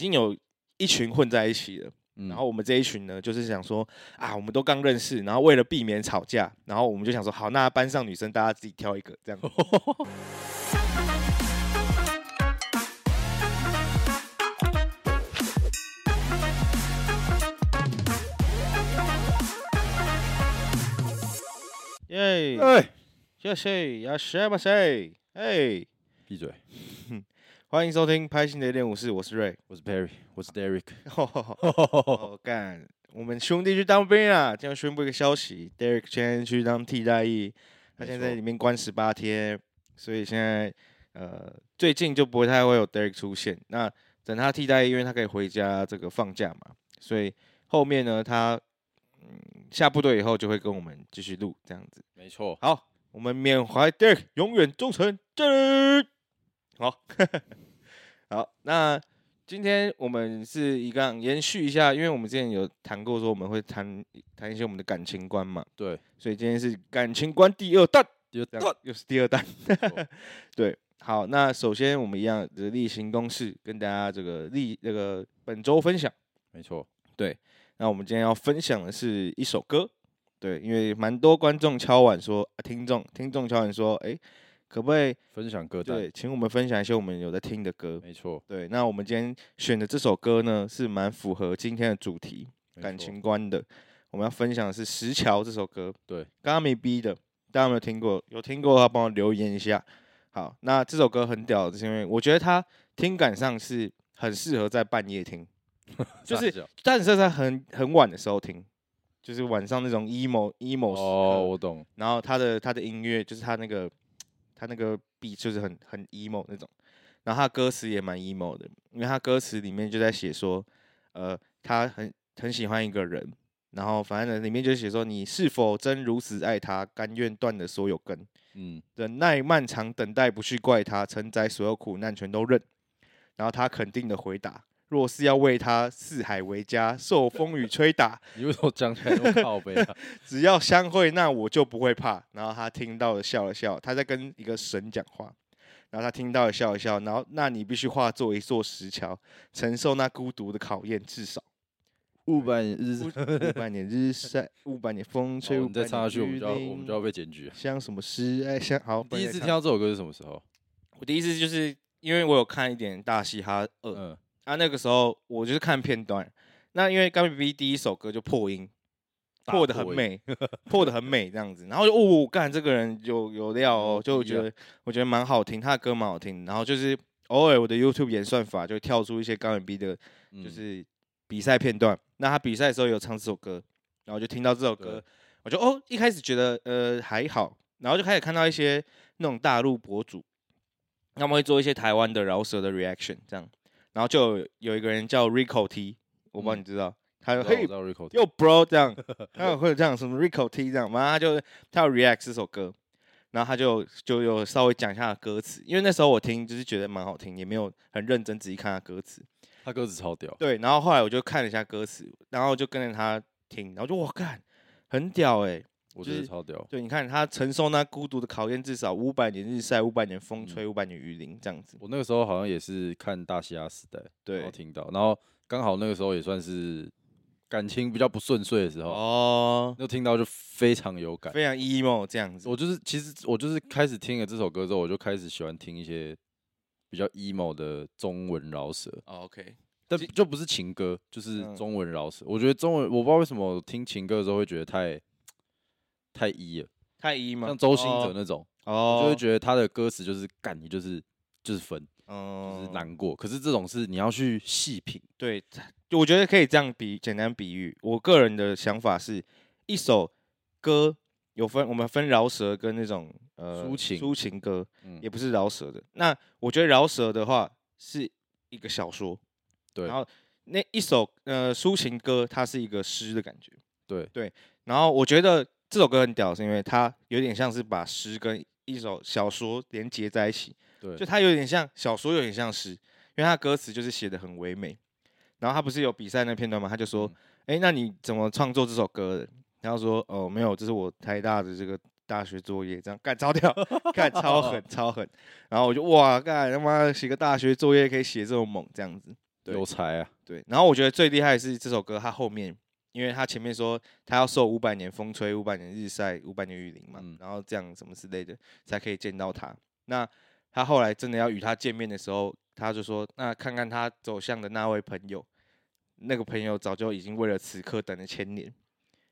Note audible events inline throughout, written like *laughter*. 经有一群混在一起了。嗯然后我们这一群呢，就是想说啊，我们都刚认识，然后为了避免吵架，然后我们就想说，好，那班上女生大家自己挑一个这样。耶，哎，谢谢，要谢嘛谢，哎，闭嘴！欢迎收听《拍新的练武士》，我是瑞。我是 Perry，我是 Derek。 *laughs* 哦，干！我们兄弟去当兵啊！今天宣布一个消息，Derek 现在去当替代役，他没现错在在里面关十八天，所以现在呃最近就不太会有 Derek 出现。那等他替代役，因为他可以回家这个放假嘛，所以后面呢他嗯下部队以后就会跟我们继续录这样子。没错，好，我们缅怀 Derek，永远忠诚 Derek。好， *laughs* 好，那今天我们是一个延续一下，因为我们之前有谈过说我们会谈谈一些我们的感情观嘛，对，所以今天是感情观第二弹，第二这样又是第二弹错。对，好，那首先我们一样的例行公事，跟大家这个例这个本周分享。没错，那我们今天要分享的是一首歌，对，因为蛮多观众敲碗说，啊听众听众敲碗说，哎、可不可以分享歌单，对，请我们分享一些我们有在听的歌。没错，对，那我们今天选的这首歌呢，是蛮符合今天的主题没感错情观的。我们要分享的是《石桥》这首歌，对，Gummy B 的，大家有没有听过？有听过的话，帮我留言一下。好，那这首歌很屌，是因为我觉得它听感上是很适合在半夜听，啊就是傻笑但是在很很晚的时候听，就是晚上那种 emo emo 时刻哦，我懂，然后他的他的音乐就是他那个他那个 beat 就是很很 emo 那种，然后他歌词也蛮 emo 的，因为他歌词里面就在写说，呃，他很很喜欢一个人，然后反正呢里面就写说你是否真如此爱他，甘愿断了所有根，嗯，忍耐漫长等待不去怪他，承载所有苦难全都认，然后他肯定的回答。若是要为他四海为家，受风雨吹打，你为什么讲起来那么靠背 *laughs* 啊？只要相会，那我就不会怕。然后他听到了，笑了笑，他在跟一个神讲话。然后他听到了，笑了笑。然后，那你必须化作一座石桥，承受那孤独的考验，至 *laughs* 少误把你日 *laughs* 五五百年日晒，五百年风吹，我五哦们再百唱下年去，我们雨就要我们就要淋。被检举。像什么诗？哎，像好。不然第一再次唱听，到这首歌是什么时候？我第一次就是因为我有看一点《大嘻哈二》嗯，啊，那个时候我就是看片段。那因为 g a m B 第一首歌就破音，大破的很破音 *laughs* 美，破的很美这样子。然后就哦，干这个人有有料哦就牛，逼觉啊得我觉得蛮好听，他的歌蛮好听。然后就是偶尔我的 YouTube 演算法就会跳出一些 g a m B 的，嗯就是比赛片段。那他比赛的时候有唱这首歌，然后就听到这首歌对，我就哦一开始觉得呃还好，然后就开始看到一些那种大陆博主，他们会做一些台湾的饶舌的 reaction 这样，然后就有有一个人叫 Rico T，我不知道嗯你知道，他就我知道我嘿知道 Rico，又 bro 这 *laughs* 样，他有会有这样什么 Rico T 这样，然后他就他有 react 这首歌，然后他就就有稍微讲一下歌词，因为那时候我听就是觉得蛮好听，也没有很认真仔细看他歌词，他歌词超屌，对，然后后来我就看了一下歌词，然后就跟着他听，然后就我干很屌哎、我就觉得是超屌，对，你看他承受那孤独的考验，至少五百年日晒，五百年风嗯吹，五百年雨淋，这样子。我那个时候好像也是看《大西亚时代》，然对后，听到，然后刚好那个时候也算是感情比较不顺遂的时候，哦，就听到就非常有感。非常 emo 这样子。我就是其实我就是开始听了这首歌之后，我就开始喜欢听一些比较 emo 的中文饶舌，哦 OK，但其就不是情歌，就是嗯中文饶舌。我觉得中文我不知道为什么我听情歌的时候会觉得太太 e 了，太 emo，像周兴哲哦那种，我哦，就会觉得他的歌词就是干你就是就是分就嗯是难过，可是这种是你要去细品，对，就我觉得可以这样比，简单比喻。我个人的想法是，一首歌有分，我们分饶舌跟那种呃抒情抒情歌，嗯也不是饶舌的。那我觉得饶舌的话是一个小说，对然后那一首呃抒情歌，它是一个诗的感觉。对然后我觉得这首歌很屌，是因为它有点像是把诗跟一首小说连接在一起，对就它有点像小说，有点像诗，因为它的歌词就是写的很唯美。然后他不是有比赛那片段吗？他就说嗯：“哎、那你怎么创作这首歌的？”然后说：“哦，没有，这是我台大的这个大学作业，这样干超屌，干 *laughs* 超狠，超狠。”然后我就哇，干他妈写个大学作业可以写这么猛，这样子。对有才啊，对，然后我觉得最厉害的是这首歌，它后面，因为它前面说它要受五百年风吹、五百年日晒、五百年雨淋嘛，嗯然后这样什么之类的才可以见到他。那他后来真的要与他见面的时候，他就说：“那看看他走向的那位朋友，那个朋友早就已经为了此刻等了千年，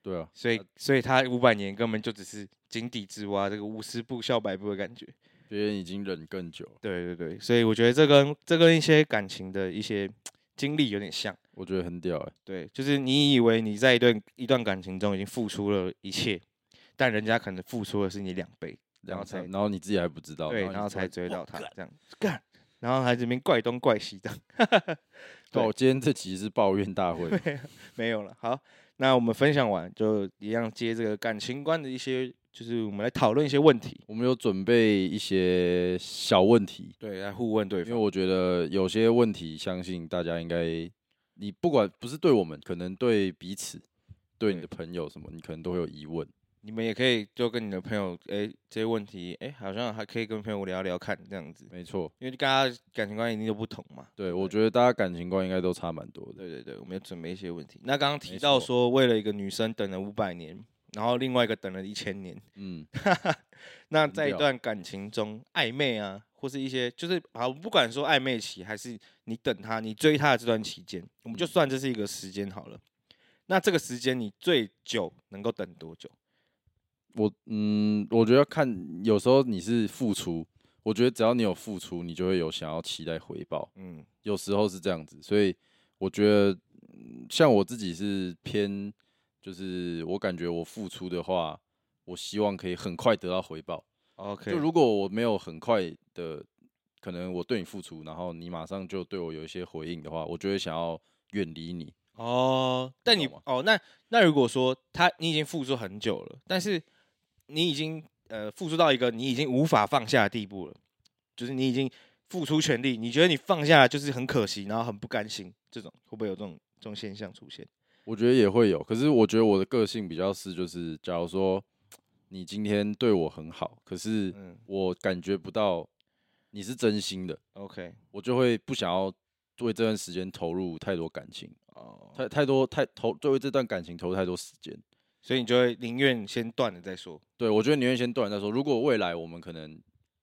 对啊，所以啊所以他五百年根本就只是井底之蛙，这个无师不笑百步的感觉。”别人已经忍更久了，对对对，所以我觉得这跟这跟一些感情的一些经历有点像。我觉得很屌哎、对，就是你以为你在一段一段感情中已经付出了一切，但人家可能付出的是你两倍，然然后后才然后你自己还不知道，对，你哦然后突啊才追哇到他这样干，然后还这边怪东怪西的， *laughs* 对，对我今天这集是抱怨大会嘛，没有了。好，那我们分享完就一样接这个感情观的一些，就是我们来讨论一些问题，我们有准备一些小问题，对，来互问对因为方。我觉得有些问题，相信大家应该，你不管不是对我们，可能对彼此，对你的朋友什么，你可能都会有疑问。你们也可以就跟你的朋友，哎、这些问题，哎、好像还可以跟朋友聊聊看这样子，没错，因为大家感情观一定都不同嘛。对我觉得大家感情观应该都差蛮多的。对对对，我们有准备一些问题。那刚刚提没到错说，为了一个女生等了五百年，然后另外一个等了一千年。嗯， *laughs* 那很在一屌段感情中，暧昧啊，或是一些就是好，不管说暧昧期，还是你等他、你追他的这段期间，我们就嗯算这是一个时间好了。那这个时间你最久能够等多久？我嗯，我觉得要看，有时候你是付出，我觉得只要你有付出，你就会有想要期待回报。嗯，有时候是这样子，所以我觉得，嗯像我自己是偏，就是我感觉我付出的话，我希望可以很快得到回报。 OK，就如果我没有很快的，可能我对你付出，然后你马上就对我有一些回应的话，我就会想要远离你。哦，但你懂吗哦，那那如果说他你已经付出很久了，但是你已经呃付出到一个你已经无法放下的地步了，就是你已经付出全力，你觉得你放下就是很可惜，然后很不甘心，这种会不会有这种这种现象出现？我觉得也会有，可是我觉得我的个性比较是，就是假如说你今天对我很好，可是嗯我感觉不到你是真心的， ，OK，我就会不想要为这段时间投入太多感情，哦，太太多太投对为这段感情投入太多时间。所以你就会宁愿先断了再说。对我觉得宁愿先断了再说。如果未来我们可能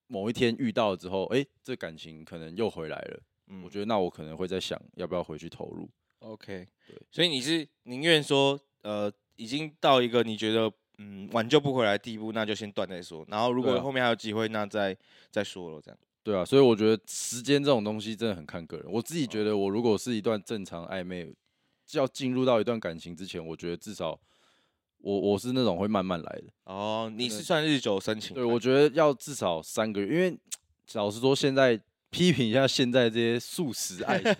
某一天遇到了之后，哎、这感情可能又回来了，嗯，我觉得那我可能会在想要不要回去投入。 OK，对所以你是宁愿说，呃，已经到一个你觉得嗯挽救不回来的地步，那就先断再说。然后如对果啊后面还有机会，那再再说了这样。对啊，所以我觉得时间这种东西真的很看个人。我自己觉哦得，我如果是一段正常暧昧，要进入到一段感情之前，我觉得至少我我是那种会慢慢来的。哦，你真的是算日久生情派？对，我觉得要至少三个月，因为老实说，现在批评一下现在这些素食爱情，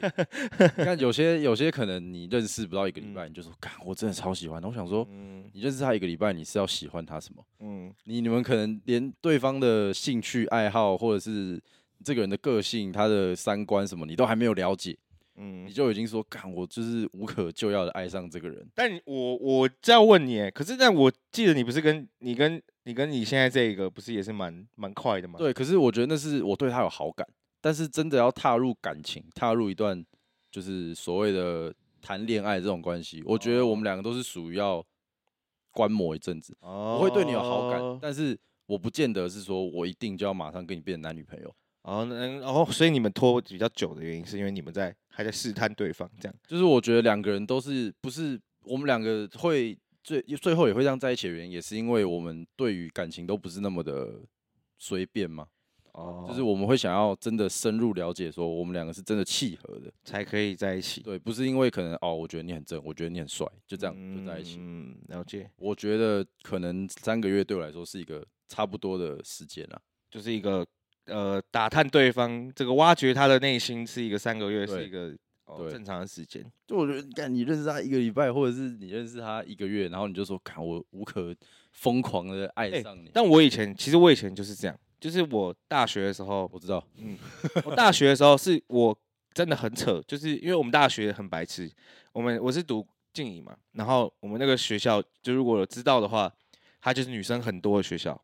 你看有些有些可能你认识不到一个礼嗯拜，你就说，干，我真的超喜欢的。我想说，嗯你认识他一个礼拜，你是要喜欢他什么？嗯，你你们可能连对方的兴趣爱好，或者是这个人的个性、他的三观什么，你都还没有了解，你嗯，就已经说，干，我就是无可救药的爱上这个人。但你我我这样问你，可是但我记得你不是跟你跟你跟你现在这个不是也是蛮蛮快的吗？，对，可是我觉得那是我对他有好感，但是真的要踏入感情，踏入一段就是所谓的谈恋爱这种关系，我觉得我们两个都是属于要观摩一阵子。哦我会对你有好感，但是我不见得是说我一定就要马上跟你变成男女朋友，哦，那然后所以你们拖比较久的原因，是因为你们在还在试探对方这样。就是我觉得两个人都是不是我们两个会最最后也会这样在一起的原因，也是因为我们对于感情都不是那么的随便嘛，哦就就是是我们会想要真的深入了解，说我们两个是真的契合的。才可以在一起，对，不是因为可能哦，我觉得你很正，我觉得你很帅，就这样、就在一起。嗯，了解，我觉得可能三个月对我来说是一个差不多的时间啊啦。就是一个呃打探对方，这个挖掘他的内心是一个三个月，是对一个哦对正常的时间。就我觉得，干你认识他一个礼拜，或者是你认识他一个月，然后你就说，干我无可疯狂的爱哎上你。但我以前其实我以前就是这样，就是我大学的时候，我知道，我大学的时候是我真的很扯，就是因为我们大学很白痴，我们我是读静怡嘛，然后我们那个学校就如果有知道的话，它就是女生很多的学校，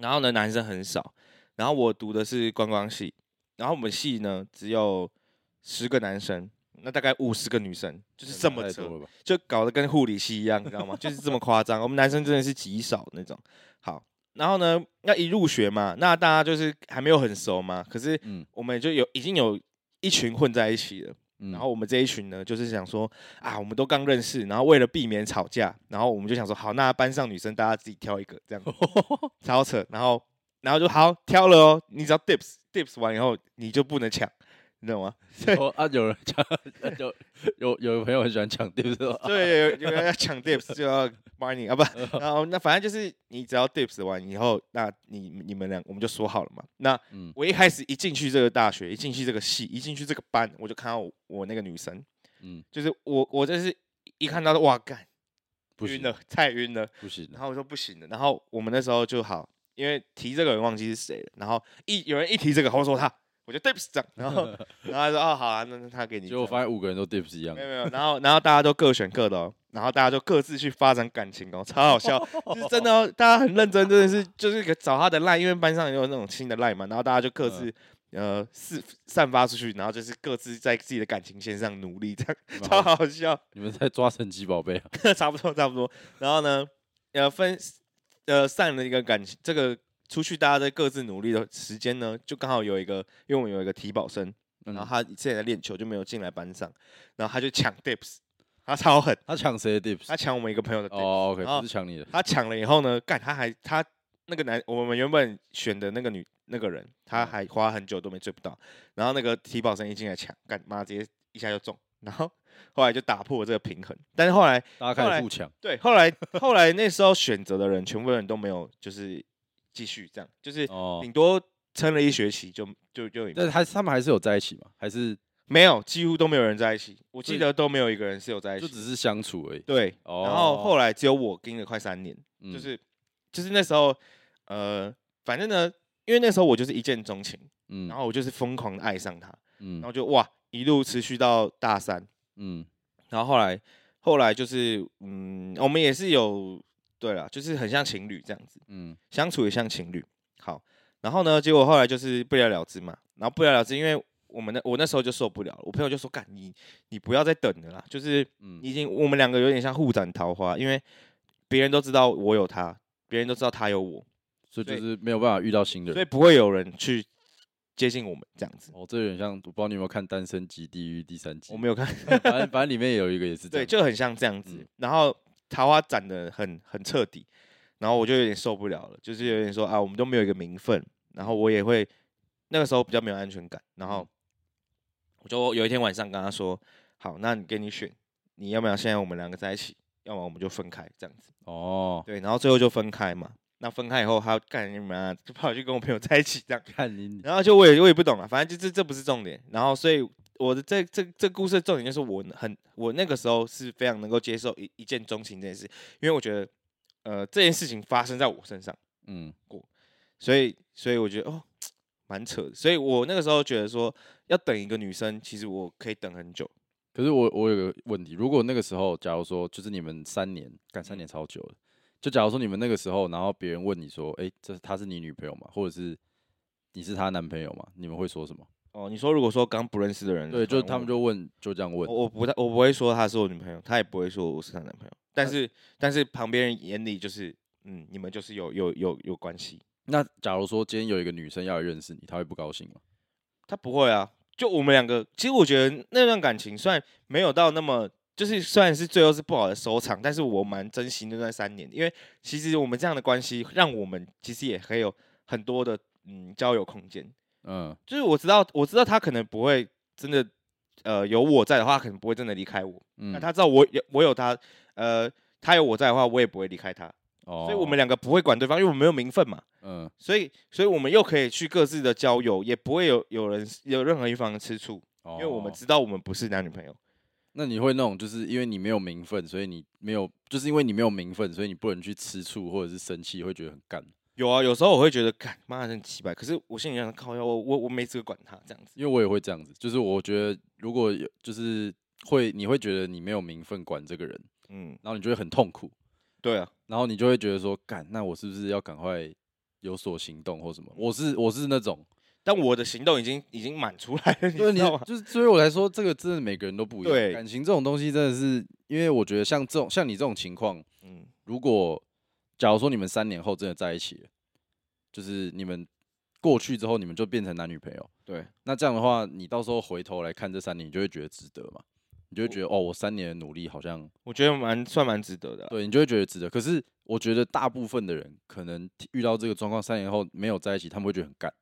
然后呢男生很少，然后我读的是观光系，然后我们系呢只有十个男生，那大概五十个女生，就是这么太扯多，了吧？就搞得跟护理系一样，你知道吗？就是这么夸张。我们男生真的是极少那种。好，然后呢，那一入学嘛，那大家就是还没有很熟嘛，可是嗯我们就有已经有一群混在一起了。嗯，然后我们这一群呢，就是想说啊，我们都刚认识，然后为了避免吵架，然后我们就想说，好，那班上女生大家自己挑一个，这样哦超扯。然后，然后就好挑了哦，你只要 dips dips 完以后，你就不能抢，你懂吗？哦啊，有人讲，有有有朋友很喜欢抢， *laughs* 对不对？ *laughs* 对，有有人要抢 dips 就要 money *laughs* 啊，不，嗯然后那反正就是你只要 dips 完以后，那你你们俩我们就说好了嘛。那嗯我一开始一进去这个大学，一进去这个系，一进去这个班，我就看到我我那个女生，嗯，就是我我就是一看到哇干。不晕行， *laughs* 了，太晕了。不行啊然，后我说不行了，然后我们那时候就好，因为提这个人忘记是谁了，然后一有人一提这个，我说他，我就对不起这样，然 *laughs* 后然后他说哦好啊，那那他给你这结样。果发现五个人都 dips 一样没，有没有，然后然后大家都各选各的哦，然后大家就各自去发展感情哦，超好 *laughs* 笑，就是真的哦，大家很认真，真的是 *laughs* 就是找他的赖，因为班上也有那种新的赖嘛，然后大家就各嗯自。呃，四散发出去，然后就是各自在自己的感情线上努力，这样蛮超好好笑。你们在抓神奇宝贝啊？ *laughs* 差不多差不多。然后呢，呃，分呃散了一个感情，这个出去大家在各自努力的时间呢，就刚好有一个，因为我们有一个体保生，然后嗯他之前在练球就没有进来班上，然后他就抢 dips，他超 *laughs* 狠，他抢谁 *laughs* 的 dips？他抢我们一个朋友的 dips，、哦，OK，然后不是抢你的，他抢了以后呢，干他还他那个男，我们原本选的那个女那个人，他嗯还花很久都没追不到，然后那个体保生一进来抢，干妈直接一下就中，然后后来就打破了这个平衡，但是后来。大后家开来哎始互抢，对，后来后来那时候选择的人，全部人都没有就是继续这样，就是哦顶，多撑了一学期就就就也但是还是他们还是有在一起嘛？还是没有，几乎都没有人在一起。我记对得都没有一个人是有在一就起。只是相处而已？对，哦，然后后来只有我跟了快三年，嗯就是就是那时候呃，反正呢，因为那时候我就是一见钟情，嗯然后我就是疯狂的爱上他，然嗯后就哇一路持续到大三。嗯然后后来后来就是嗯，我们也是有对了，就是很像情侣这样子，嗯相处也像情侣。好，然后呢，结果后来就是不了了之嘛，然后不了了之，因为我们那我那时候就受不了了，我朋友就说：“干你，你不要再等了啦，就是嗯已经我们两个有点像互斩桃花，因为别人都知道我有他，别人都知道他有我，所以所就以是没有办法遇到新的所人。以不会有人去接近我们这样子。哦，这有点像，我不知道你有没有看《单身级地狱》第三集我，没有看，反正反正里面也有一个也是这对，样，就很像这样子。嗯然后桃花斩的很很彻底，然后我就有点受不了了，就是有点说啊，我们都没有一个名分，然后我也会那个时候比较没有安全感，然后嗯我就有一天晚上跟他说，好，那你给你选，你要不要现在我们两个在一起，要么我们就分开这样子。哦，对，然后最后就分开嘛。那分开以后，他干你们啊，就跑去跟我朋友在一起这样。看你然后就我也我也不懂了，反正就这这不是重点。然后所以我的这这这故事的重点就是我很我那个时候是非常能够接受一一见钟情这件事，因为我觉得呃这件事情发生在我身上，嗯所以所以我觉得哦蛮扯的。所以我那个时候觉得说要等一个女生，其实我可以等很久。可是我我有个问题，如果那个时候，假如说就是你们三年，干嗯三年超久了，就假如说你们那个时候，然后别人问你说，哎、这是她是你女朋友吗？或者是你是她男朋友吗？你们会说什么？哦，你说如果说刚不认识的人，对，突就然他问们就问，就这样问我。我不太我不会说她是我女朋友，她也不会说我是她男朋友，但是但是旁边人眼里就是嗯你们就是有有有有关系。那假如说今天有一个女生要来认识你，她会不高兴吗？他不会啊，就我们两个，其实我觉得那段感情虽然没有到那么，就是虽然是最后是不好的收场，但是我蛮珍惜那段三年，因为其实我们这样的关系，让我们其实也还有很多的嗯交友空间。嗯，就是我知道，我知道他可能不会真的，呃，有我在的话，他可能不会真的离开我。那嗯，他知道我有我有他，呃，他有我在的话，我也不会离开他。哦所以我们两个不会管对方，因为我们没有名分嘛。嗯所以，所以我们又可以去各自的交友，也不会有有人有任何一方的吃醋，因为我们哦知道我们不是男女朋友。那你会那种，就是因为你没有名分，所以你没有，就是因为你没有名分，所以你不能去吃醋或者是生气，会觉得很干。有啊，有时候我会觉得，干妈的真奇怪，可是我心里想，靠腰，我我我没资格管他这样子。因为我也会这样子，就是我觉得如果有，就是会，你会觉得你没有名分管这个人，嗯，然后你就会很痛苦，对啊，然后你就会觉得说，干，那我是不是要赶快有所行动或什么？我是我是那种，但我的行动已经已经满出来了，你对，知你道吗？ *laughs* 就是对于我来说，这个真的每个人都不一样。对感情这种东西真的是，因为我觉得像这种像你这种情况，嗯，如果假如说你们三年后真的在一起了，就是你们过去之后，你们就变成男女朋友，对，那这样的话，你到时候回头来看这三年，你就会觉得值得嘛？你就会觉得哦，我三年的努力好像我觉得蛮算蛮值得的啊、对你就会觉得值得。可是我觉得大部分的人可能遇到这个状况，三年后没有在一起，他们会觉得很干。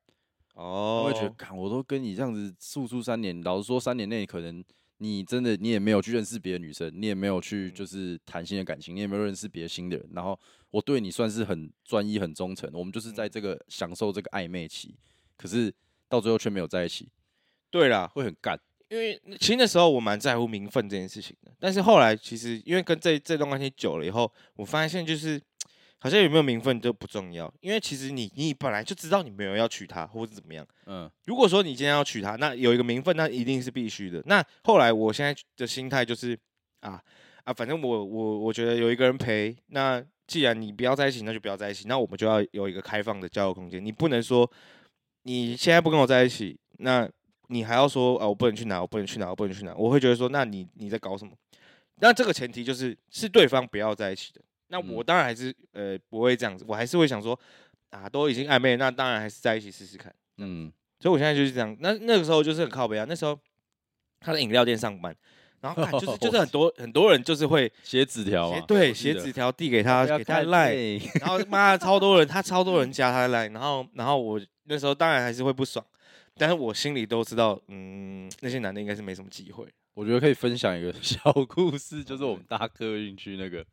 哦我会觉得，干，我都跟你这样子付出三年，老实说，三年内可能你真的你也没有去认识别的女生，你也没有去就是谈新的感情，你也没有认识别的新的人，然后我对你算是很专一、很忠诚，我们就是在这个享受这个暧昧期，可是到最后却没有在一起，对啦，会很干。因为其实那时候我蛮在乎名分这件事情的，但是后来其实因为跟这这段关系久了以后，我发现就是好像有没有名分都不重要，因为其实你你本来就知道你没有要娶她或者怎么样。嗯，如果说你今天要娶她，那有一个名分那一定是必须的。那后来我现在的心态就是啊啊，反正我我我觉得有一个人陪，那既然你不要在一起，那就不要在一起，那我们就要有一个开放的交友空间，你不能说你现在不跟我在一起，那你还要说啊，我不能去哪，我不能去哪，我不能去哪，我会觉得说，那你你在搞什么？那这个前提就是是对方不要在一起的。那嗯我当然还是呃不会这样子，我还是会想说啊，都已经暧昧了，那当然还是在一起试试看。嗯，所以我现在就是这样。那那个时候就是很靠北啊，那时候他在饮料店上班，然后看就是就是很多很多人就是 *laughs* 会写纸条写啊，对我记写得纸条递给他不要给他看赖，累然后妈超多人，他超多人加他赖，然后然后我那时候当然还是会不爽，但是我心里都知道，嗯，那些男的应该是没什么机会。 *laughs* 我觉得可以分享一个 *laughs* 小故事，就是我们搭客运去那个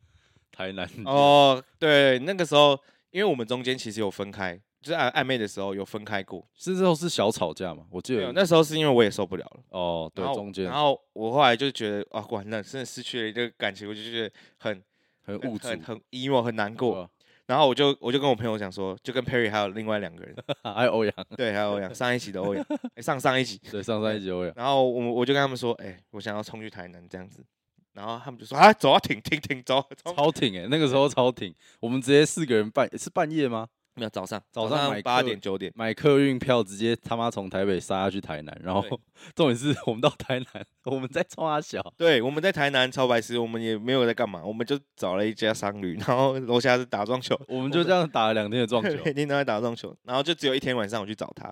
台南，哦，对，那个时候因为我们中间其实有分开，就是暧暧昧的时候有分开过，是之后是小吵架嘛？我记对得，那时候是因为我也受不了了。哦，对然，后中间然后我后来就觉得啊，完了，真的失去了这个感情，我就觉得很很很物质，很很 emo，很难对啊过。吧然后我就我就跟我朋友讲说，就跟 Perry 还有另外两个人， *laughs* 还有欧阳，对，还有欧阳上一集的欧阳，诶上上一 *laughs* 集。对，上上一集 *laughs* 欧阳，然后我我就跟他们说，哎、我想要冲去台南这样子。然后他们就说啊，走啊，停停停，走，走。超挺哎、那个时候超挺，我们直接四个人半是半夜吗？没有早上，早上上买八课点九点，买客运票直接他妈从台北杀下去台南，然后对重点是我们到台南，我们在冲阿小，对，我们在台南超白痴，我们也没有在干嘛，我们就找了一家商旅，然后楼下是打撞球，我们就这样打了两天 *laughs* 的撞球每，天都在打撞球，然后就只有一天晚上我去找他，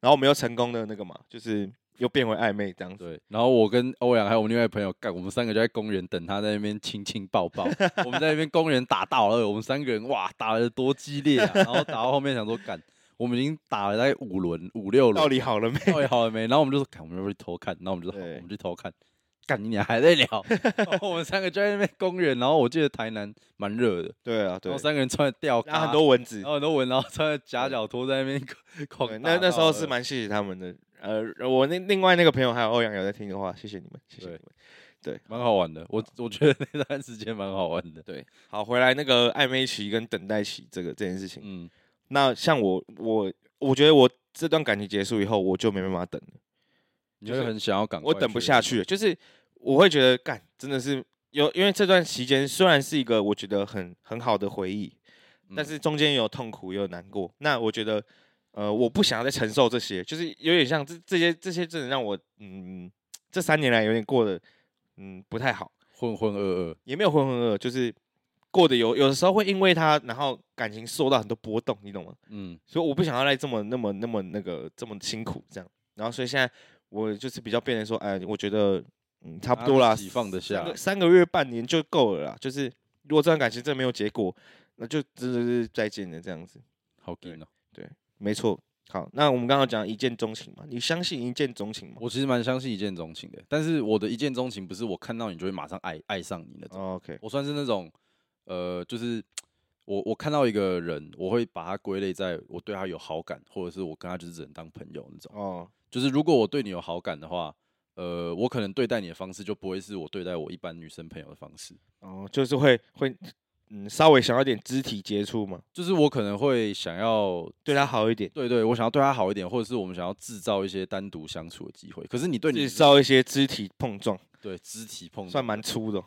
然后我们又成功的那个嘛，就是又变回暧昧这样子。对，然后我跟欧阳还有我们另外一个朋友干，我们三个就在公园等他在那边亲亲抱抱，我们在那边公园打大老二，我们三个人哇打的多激烈啊，然后打到后面想说干，我们已经打了大概五轮五六轮到，底好了没？ *laughs* 到底好了没？然后我们就说，看，我们要不要去偷看？然后我们就说，好对我们去偷看。干你俩 *laughs* 还在聊，然后我们三个就在那边公园，然后我记得台南蛮热的，对啊，对然后，三个人穿着吊然后嘎，很多蚊子然。后很多蚊，然后穿着夹脚拖在那边狂对，哦打那那时候到是了蛮谢谢他们的。呃，我那另外那个朋友还有欧阳有在听的话，谢谢你们，谢谢你对们。蛮好玩的，我我觉得那段时间蛮好玩的。嗯对，好，回来那个暧昧期跟等待期这个这件事情，嗯，那像我我我觉得我这段感情结束以后，我就没办法等了，你就会是很想要赶快，我等不下。去了，就是我会觉得干真的是有，因为这段期间虽然是一个我觉得很很好的回忆，但嗯是中间有痛苦，也有难过。那我觉得，呃，我不想要再承受这些，就是有点像这这些这些，真的让我，嗯，这三年来有点过得，嗯，不太好，浑浑噩噩，也没有浑浑噩，噩，就是过得有有的时候会因为他，然后感情受到很多波动，你懂吗？嗯，所以我不想要再这么那么那么那个这么辛苦这样。然后所以现在我就是比较变成说，哎，我觉得，嗯，差不多啦，自己放得三下个，三个月半年就够了啦。就是如果这段感情真的没有结果，那就真的是再见了这样子。好劲哦。没错。好，那我们刚刚讲一见钟情嘛，你相信一见钟情吗我其实蛮相信一见钟情的，但是我的一见钟情不是我看到你就会马上爱爱上你那种。哦？OK，我算是那种，呃，就是我我看到一个人，我会把他归类在我对他有好感，或者是我跟他就是只能当朋友那种。哦，就是如果我对你有好感的话，呃，我可能对待你的方式就不会是我对待我一般女生朋友的方式，哦，就是会会，嗯，稍微想要点肢体接触嘛，就是我可能会想要，对他好一点，对对，我想要对他好一点，或者是我们想要制造一些单独相处的机会。可是你对你制造一些肢体碰撞，对肢体碰算撞，蛮粗的哦。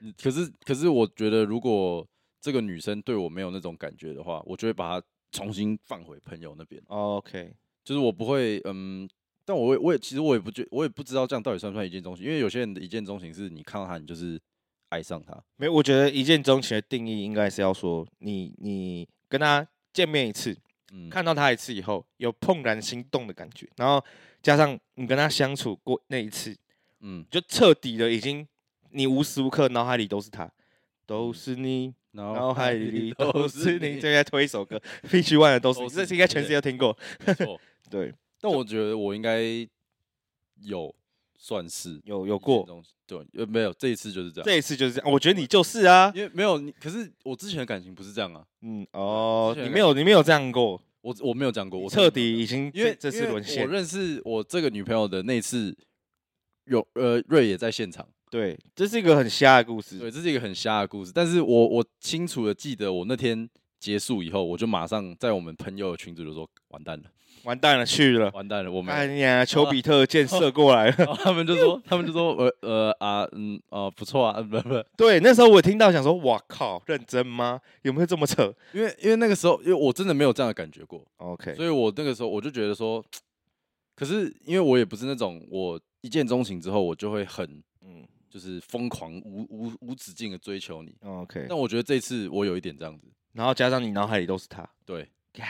你可是可是我觉得如果这个女生对我没有那种感觉的话，我就会把她重新放回朋友那边，哦 OK，就是我不会嗯。但我也我也其实我也不觉，我也不知道这样到底算不算一见钟情，因为有些人的一见钟情是你看到他你就是爱上他，没有，我觉得一见钟情的定义应该是要说你你跟他见面一次，嗯，看到他一次以后有怦然心动的感觉，然后加上你跟他相处过那一次，嗯，就彻底的已经你无时无刻脑海里都是他，都是你。然后脑海里都是你，这这应该推一首歌，必须万的都是你，都是这你应该全世界都听过。错。对，但我觉得我应该有算是有有一见过，钟情，对，呃，没有这一次就是这样，这一次就是这样。我觉得你就是啊，因为没有你，可是我之前的感情不是这样啊，嗯，哦，之前你有没有你没有这样过，我我没有讲过，啊我彻真的没有底已讲经过，因为这次因为沦陷我。认识我这个女朋友的那次。有呃，瑞也在现场，对，这是一个很瞎的故对，事。这是一个很瞎的故事，但是我我清楚的记得，我那天结束以后，我就马上在我们朋友的群组就说，完蛋了，完蛋了，去了。完蛋了，我们哎呀，丘比特箭射过来 *laughs* 了。然后他们就说，他们就说，呃呃啊，嗯哦、不错啊，不不，对，那时候我听到想说，哇靠，认真吗？有没有这么扯因为因为那个时候，因为我真的没有这样的感觉过， ？OK，所以我那个时候我就觉得说，可是因为我也不是那种我一见钟情之后我就会很嗯就是疯狂无无无止境的追求你， ，OK。但我觉得这次我有一点这样子，然后加上你脑海里都是他，对呀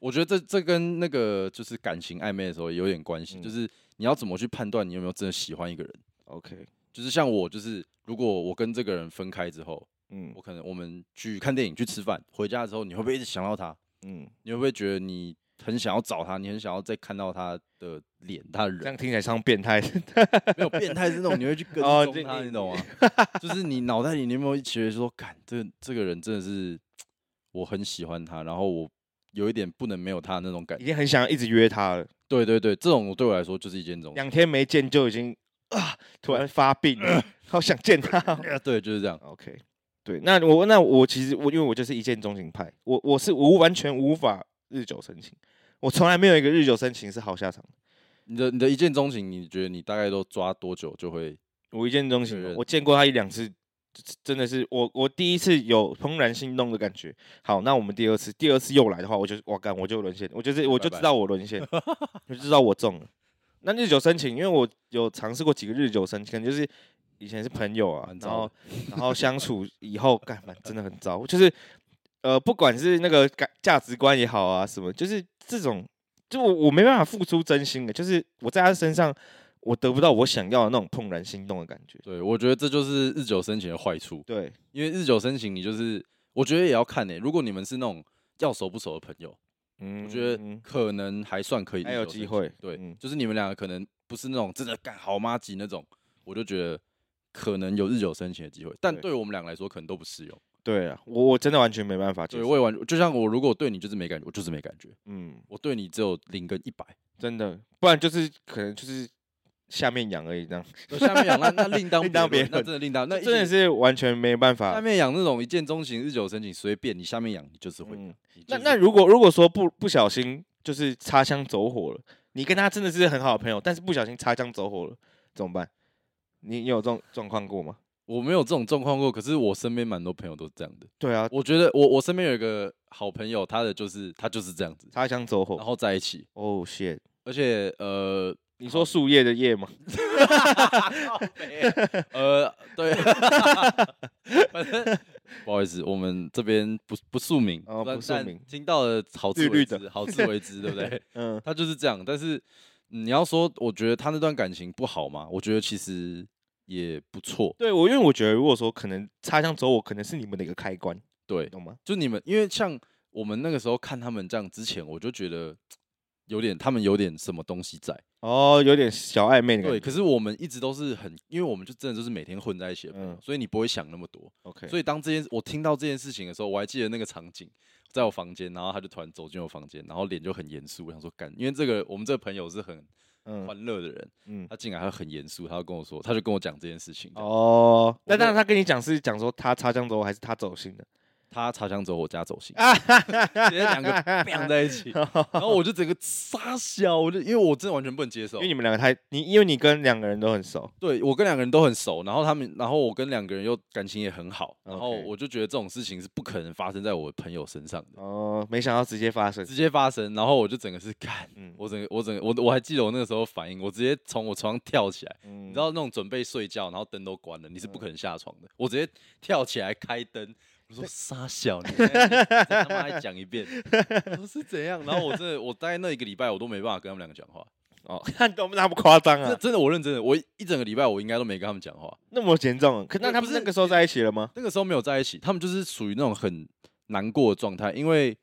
我觉得这这跟那个就是感情暧昧的时候也有点关系，嗯就是你要怎么去判断你有没有真的喜欢一个人， ，OK，就是像我就是如果我跟这个人分开之后。嗯我可能我们去看电影、去吃饭，回家的时候，你会不会一直想到他？嗯，你会不会觉得你很想要找他？你很想要再看到他的脸、他的这人？样听起来像变态。 *laughs* 没有变态是那种，你会去跟哦踪这他，你你懂吗？ *laughs* 就是你脑袋里你有没有觉得说，感这这个人真的是我很喜欢他，然后我有一点不能没有他的那种感已觉。经很想要一直约他了，对对对，这种对我来说就是一见钟情。两天没见就已经啊，突然发病呃了，好想见 *laughs* 他哦。啊对，就是这样。 OK，对，那我那我其实我因为我就是一见钟情派，我我是无完全无法日久生情，我从来没有一个日久生情是好下场的。你的你的一见钟情，你觉得你大概都抓多久就会？我一见钟情确哦，认我见过他一两次，真的是我我第一次有怦然心动的感觉。好，那我们第二次，第二次又来的话，我就我干我就沦陷，我就是我就拜拜知道我沦 *laughs* 陷，我就知道我中了。那日久生情，因为我有尝试过几个日久生情，可能就是以前是朋友啊蛮，糟然的后然后相处以后，干蛮真的很糟，就是呃，不管是那个感价值观也好啊，什么，就是这种，就我我没办法付出真心的，就是我在他身上。我得不到我想要的那种怦然心动的感觉。对，我觉得这就是日久生情的坏处。对，因为日久生情，你就是我觉得也要看呢、欸如果你们是那种要熟不熟的朋友，嗯我觉得嗯可能还算可以，还有机。会。对，嗯就是你们两个可能不是那种真的干好妈吉那种，我就觉得可能有日久生情的机会，但对对于我们两个来说可能都不适用。对啊，我我真的完全没办法接对，受。我也完，就像我如果对你就是没感觉，我就是没感觉，嗯，我对你只有零跟一百，真的，不然就是可能就是下面痒而已，这样那下面养那那 *laughs* 另当另当别论那论真的另当那那真的是啊是完全没办下法。面养那种一见钟情、日久生情，随便你下面养你就是会嗯痒。你那就是那如果如果说不不小心就是擦枪走火了，你跟他真的是很好的朋友，但是不小心擦枪走火了怎么办？你你有这种状况过吗？我没有这种状况过，可是我身边蛮多朋友都是这样的。对啊， *laughs* 我觉得我我身边有一个好朋友，他的就是他就是这样子，擦枪走然火。后在一起，哦、shit！而且呃你说树叶的叶吗？ *laughs* 呃 *laughs* 对，反正不好意思，我们这边不不署名，哦但不署但名听到了好自自为律的之，好自为之，对不对？嗯，他就是这样，但是、嗯你要说，我觉得他那段感情不好嘛，我觉得其实也不错，对我因为我觉得如果说可能擦枪走火，可能是你们的一个开关，对，懂吗？就你们，因为像我们那个时候看他们这样之前，我就觉得有点他们有点什么东西在。哦，有点小暧昧的感对，觉。可是我们一直都是很，因为我们就真的就是每天混在一起的朋友，嗯所以你不会想那么多。 OK，所以当这件我听到这件事情的时候，我还记得那个场景，在我房间，然后他就突然走进我房间，然后脸就很严肃，我想说干，因为这个我们这个朋友是很嗯欢乐的人，嗯，他进来他很严肃，他就跟我说，他就跟我讲这件事情。哦，哦，那我就但是他跟你讲是讲说他擦枪走火还是他走心的？他茶香走我家走 *laughs* 心，直接两个 bang 在一起，然后我就整个傻笑，我就因为我真的完全不能接受因为，你们两个太你，因为你跟两个人都很熟，对我跟两个人都很熟，然后他们，然后我跟两个人又感情也很好，然后 OK 我就觉得这种事情是不可能发生在我朋友身上的，哦，没想到直接发生，直接发生，然后我就整个是干，嗯，我整个我整个我我还记得我那个时候反应，我直接从我床上跳起来，你你知道那种准备睡觉，然后灯都关了，你是不可能下床的，我直接跳起来开灯。我说傻小，你现在再他妈再讲一遍，我说是怎样？然后我真的，我大概那一个礼拜，我都没办法跟他们两个讲话。 *laughs* 哦，看都那么夸张这啊，真的，我认真的，我一一整个礼拜，我应该都没跟他们讲话。那么严重，啊可那对他不们是那个时候在一起了吗？那个时候没有在一起，他们就是属于那种很难过的状态，因为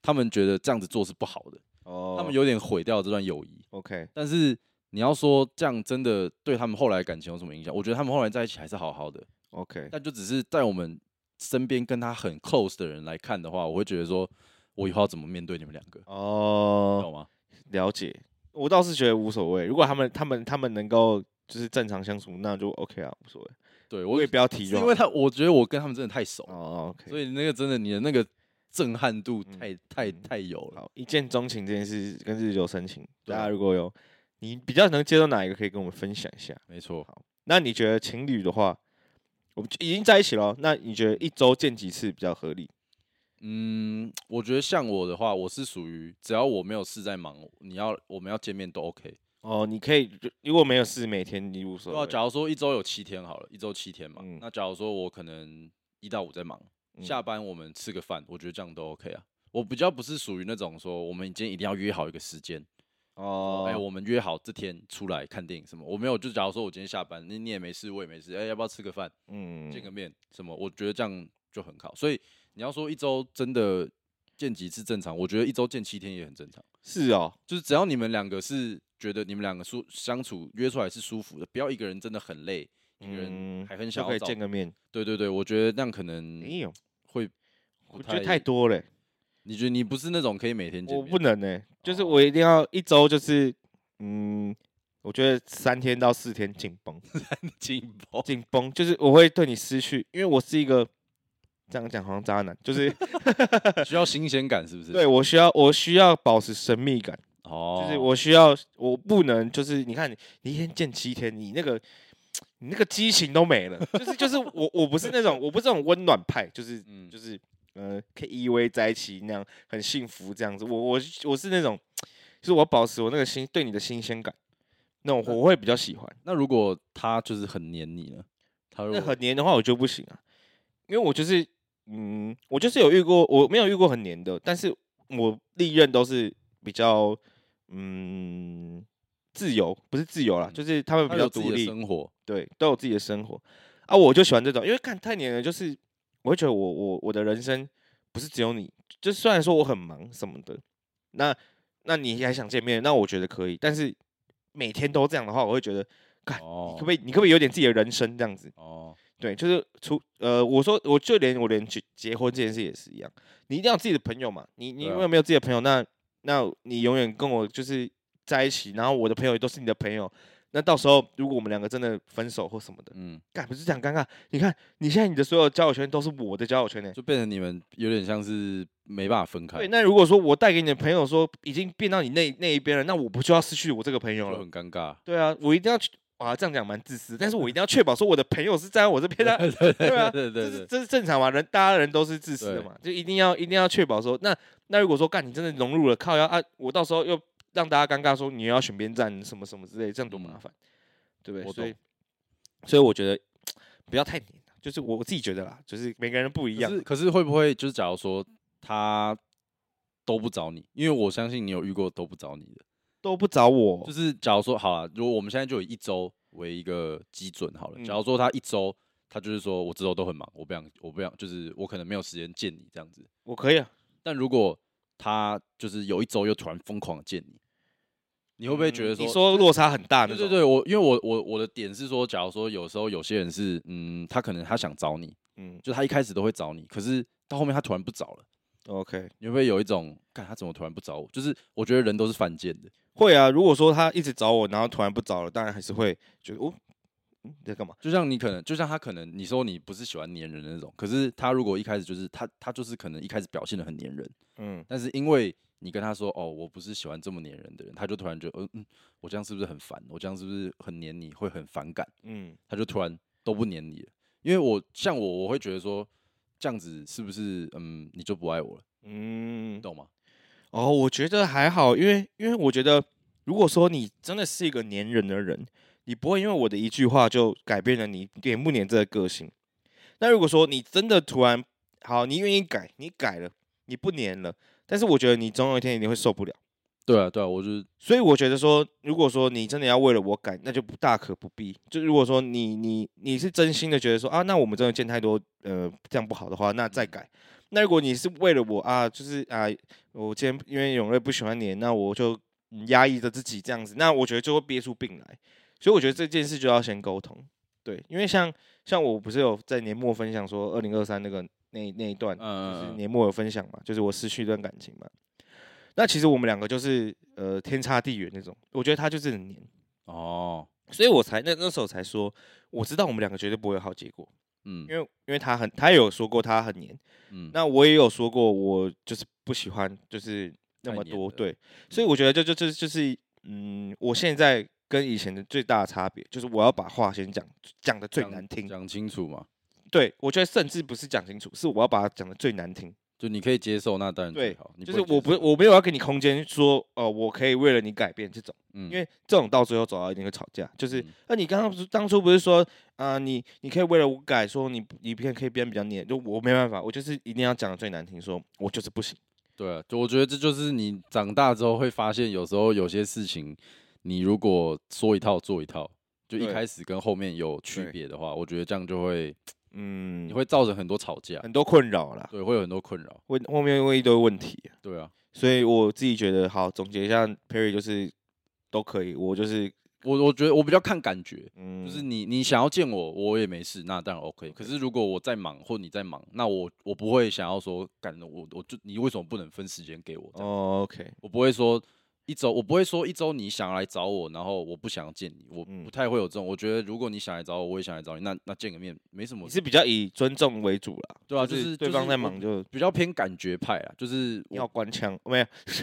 他们觉得这样子做是不好的，哦，他们有点毁掉这段友谊。 OK，但是你要说这样真的对他们后来感情有什么影响？我觉得他们后来在一起还是好好的， OK，但就只是在我们身边跟他很 close 的人来看的话，我会觉得说，我以后要怎么面对你们两个，哦，懂吗？了解。我倒是觉得无所谓，如果他们他们他们能够就是正常相处，那就 OK 啊，无所谓。对我我也也不要提就因好为他，我觉得我跟他们真的太熟了，哦，OK，所以那个真的你的那个震撼度嗯太、太嗯太有了。好，一见钟情这件事跟日久生情，对啊大家如果有你比较能接受哪一个，可以跟我们分享一下。没错，那你觉得情侣的话，我们就已经在一起了哦，那你觉得一周见几次比较合理？嗯，我觉得像我的话，我是属于只要我没有事在忙，你要我们要见面都 OK。哦，你可以如果没有事，每天你无对所啊，谓。假如说一周有七天好了，一周七天嘛，嗯那假如说我可能一到五在忙，嗯下班我们吃个饭，我觉得这样都 OK 啊。我比较不是属于那种说我们今天一定要约好一个时间，哦，哎、我们约好这天出来看电影什么，我没有。就假如说我今天下班，你你也没事，我也没事，哎、要不要吃个饭，嗯见个面什么？我觉得这样就很好。所以你要说一周真的见几次正常，我觉得一周见七天也很正常。是哦，就是只要你们两个是觉得你们两个舒相处约出来是舒服的，不要一个人真的很累，一个人嗯还很就想可要以找。嗯见个面。对对对，我觉得那样可能没有，会，我觉得太。多了欸，你觉得你不是那种可以每天见我面？不能呢，就是哦我一定要一周就是嗯。我觉得三天到四天紧绷，，*laughs* 紧绷紧绷，就是我会对你失去，因为我是一个这样讲好像渣男，就是需要新鲜感是不 *laughs* 是？对，我需要我需要保持神秘感，哦，就是我需要我不能就是你看你你一天见七天，你那个你那个激情都没了，就是就是我我不是那种我不是那种温暖派，就是嗯就是呃可以依偎在一起那样很幸福这样子，我我我是那种就是我要保持我那个新对你的新鲜感，那嗯种我会比较喜欢。那如果他就是很黏你呢？他如那果很黏的话，我就不行啊，因为我就是，嗯，我就是有遇过，我没有遇过很黏的，但是我历任都是比较，嗯，自由，不是自由啦，嗯就是他们他比有较自己独的立，生活，对，都有自己的生活啊，我就喜欢这种，因为看太黏了，就是我会觉得我我我的人生不是只有你，就虽然说我很忙什么的，那那你还想见面，那我觉得可以，但是每天都这样的话，我会觉得。干你哦可不可以？你可不可以有点自己的人生这样子？哦，对，就是除呃，我说我就连我连结结婚这件事也是一样，你一定要有自己的朋友嘛。你你对啊因为没有自己的朋友，那那你永远跟我就是在一起，然后我的朋友也都是你的朋友。那到时候如果我们两个真的分手或什么的，嗯，干不是这样尴尬？你看你现在你的所有交友圈都是我的交友圈呢、就变成你们有点像是没办法分开，对，那如果说我带给你的朋友说已经变到你那那一边了，那我不就要失去我这个朋友就了？很尴尬。对啊，我一定要去啊，这样讲蛮自私，但是我一定要确保说我的朋友是站在我这边的啊、 *laughs* 对对啊对对这是对，这是正常嘛？人大家人都是自私的对嘛，就一定要一定要确保说，那那如果说干你真的融入了靠腰啊，我到时候又让大家尴尬说你又要选边站什么什么之类，这样多麻嗯烦，对不对？我所以懂所以我觉得不要太黏了，就是我我自己觉得啦，就是每个人不一可样是可是会不会就是假如说他都不找你，因为我相信你有遇过都不找你的，都不找我，就是假如说好啊，如果我们现在就以一周为一个基准好了，嗯假如说他一周。他就是说，我这周都很忙，我不想，我不想，就是我可能没有时间见你这样子。我可以啊，但如果他就是有一周又突然疯狂地见你，你会不会觉得嗯说，你说落差很大那对种？对对，我因为我我我的点是说，假如说有时候有些人是，嗯，他可能他想找你，嗯就他一开始都会找你，可是到后面他突然不找了， ，OK，你会不会有一种，看他怎么突然不找我？就是我觉得人都是犯贱的，会啊。如果说他一直找我，然后突然不找了，当然还是会觉得哦，嗯你在干嘛？就像你可能，就像他可能，你说你不是喜欢黏人的那种，可是他如果一开始就是他，他就是可能一开始表现的很黏人，嗯，但是因为你跟他说哦，我不是喜欢这么黏人的人，他就突然觉得，嗯嗯，我这样是不是很烦？我这样是不是很黏你，会很反感？嗯，他就突然都不黏你了。因为我像我，我会觉得说这样子是不是嗯，你就不爱我了？嗯你，懂吗？哦，我觉得还好，因为因为我觉得，如果说你真的是一个粘人的人，你不会因为我的一句话就改变了你黏不黏这个个性。那如果说你真的突然好，你愿意改，你改了，你不黏了，但是我觉得你总有一天一定会受不了。对啊，对啊，我就是所以我觉得说，如果说你真的要为了我改，那就不大可不必。就如果说你你你是真心的觉得说啊，那我们真的见太多，呃，这样不好的话，那再改。那如果你是为了我啊，就是啊，我今天因为永瑞不喜欢你，那我就嗯压抑着自己这样子，那我觉得就会憋出病来。所以我觉得这件事就要先沟通，对，因为像像我不是有在年末分享说二零二三那个那那一段，就是嗯嗯嗯年末有分享嘛，就是我失去一段感情嘛。那其实我们两个就是呃天差地远那种，我觉得他就是很黏，哦，所以我才那那时候才说，我知道我们两个绝对不会有好结果，嗯因为因为他很他也有说过他很黏，嗯，那我也有说过我就是不喜欢就是那太么黏多了对，所以我觉得这就就就是嗯，我现在跟以前的最大的差别就是我要把话先讲讲的最讲难听，讲清楚嘛，对我觉得甚至不是讲清楚，是我要把它讲的最难听。就你可以接受，那当然最对好。你就是会接我不受我没有要给你空间说，呃，我可以为了你改变这种，嗯因为这种到最后走到一定会吵架。就是嗯，那、你刚刚不是当初不是说，啊、你你可以为了我改，说你你变可以变比较黏，就我没办法，我就是一定要讲的最难听，说我就是不行。对啊，就我觉得这就是你长大之后会发现，有时候有些事情，你如果说一套做一套，就一对开始跟后面有区对别的话，我觉得这样就会嗯，你会造成很多吵架，很多困扰啦，对，会有很多困扰，问后面会一堆问题，对啊。所以我自己觉得好总结一下，Perry 就是都可以，我就是我我觉得我比较看感觉，嗯，就是你你想要见我，我也没事，那当然 OK。可是如果我在忙或你在忙，那我我不会想要说，干我我就你为什么不能分时间给我？这样哦，OK，我不会说一周，我不会说一周你想来找我，然后我不想见你，我嗯不太会有这种。我觉得如果你想来找我，我也想来找你，那那见个面没什么你，是比较以尊重为主啦，对啊，就对方在忙就就。比较偏感觉派啊，就是我要官腔没有，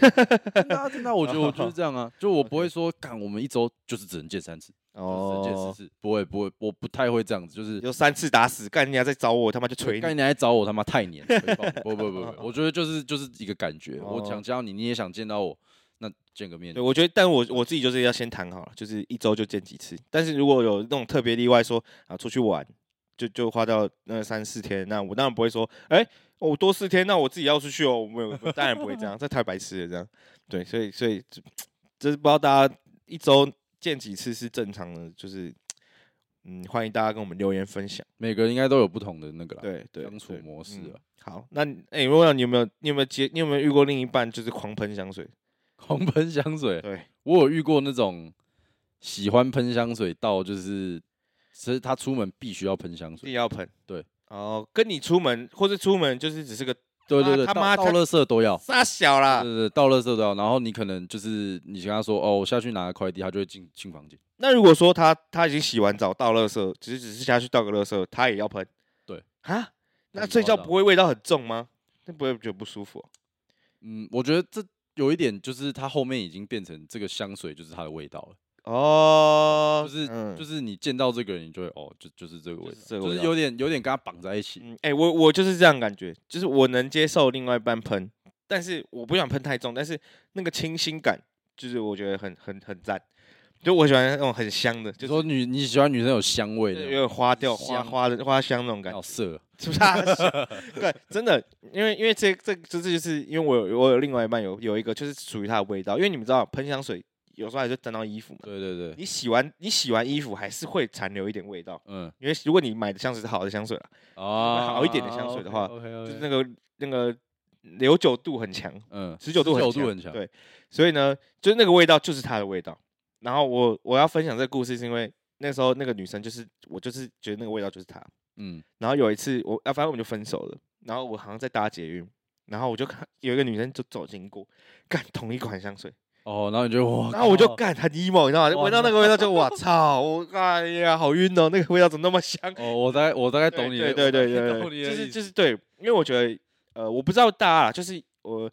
真的啊真的啊，我觉得我 *laughs* 就是这样啊，就我不 OK 会说干我们一周就是只能见三次，就是只能见哦四，次，不会不会，我不太会这样子，就是有三次打死，干人家再找我，他妈就锤干你。你来找我他妈太黏，吹爆你不不不不，我觉得就是就是一个感觉，我哦想见到你，你也想见到我，那见个面对，我觉得，但我我自己就是要先谈好了，就是一周就见几次。但是如果有那种特别例外说，啊出去玩，就就花到那三四天，那我当然不会说，哎、我多四天，那我自己要出去哦，我没有，当然不会这样，这太白痴了，这样。对，所以所以这这是不知道大家一周见几次是正常的，就是嗯，欢迎大家跟我们留言分享。每个人应该都有不同的那个啦，对对，相处对模式嗯啊好，那哎、欸，我问你有没有，你有没有接，你有没有遇过另一半就是狂喷香水？狂喷香水，对，我有遇过那种喜欢喷香水到就是，其实他出门必须要喷香自己水。要喷。对，哦，跟你出门或是出门就是只是个对对啊对，他到妈啊到他垃圾都要。傻小对啦。对对，到垃圾都要。然后你可能就是你跟他说哦，我下去拿个快递，他就会进进房间。那如果说他他已经洗完澡倒垃圾，只是只是下去倒个垃圾，他也要喷。对，啊，那很睡夸觉张不会味道很重吗？那不会觉得不舒服哦、嗯，我觉得这有一点就是他后面已经变成这个香水就是它的味道了，哦？，就是、就是是你见到这个人，你就会哦，就就是这个味就道，是这个就味是道有点有点跟他绑在一起。嗯，哎、我我就是这样感觉，就是我能接受另外一半喷，但是我不想喷太重，但是那个清新感，就是我觉得很很很赞。就我喜欢那种很香的，就就是说女你喜欢女生有香味就那有种，点花掉花香花的花香那种感觉好。色， *laughs* 是不是啊？对，真的，因为因为这这这这就是因为我有我有另外一半有有一个就是属于它的味道，因为你们知道喷香水有时候还是沾到衣服嘛，对对对，你洗完你洗完衣服还是会残留一点味道，嗯因为如果你买的香水是好的香水啦，啊，好一点的香水的话就就是那个那个留久度很强，嗯，持久度很持久度很强，对，所以呢，就是那个味道就是它的味道。然后我我要分享这个故事是因为那时候那个女生就是我就是觉得那个味道就是她，嗯然后有一次我啊，反正我们就分手了。然后我好像在搭捷运，然后我就看有一个女生就走经过，干同一款香水，哦，然后你就哇，然后我就靠干很 emo，你知道吗？哇闻到那个味 *laughs* 道就我操，我哎呀好晕哦，那个味道怎么那么香？哦，我大概我大概 *laughs* 懂你的，对对对我大概对 *laughs* 懂你对，的就意是思，就是对，因为我觉得呃，我不知道大家啦，就是我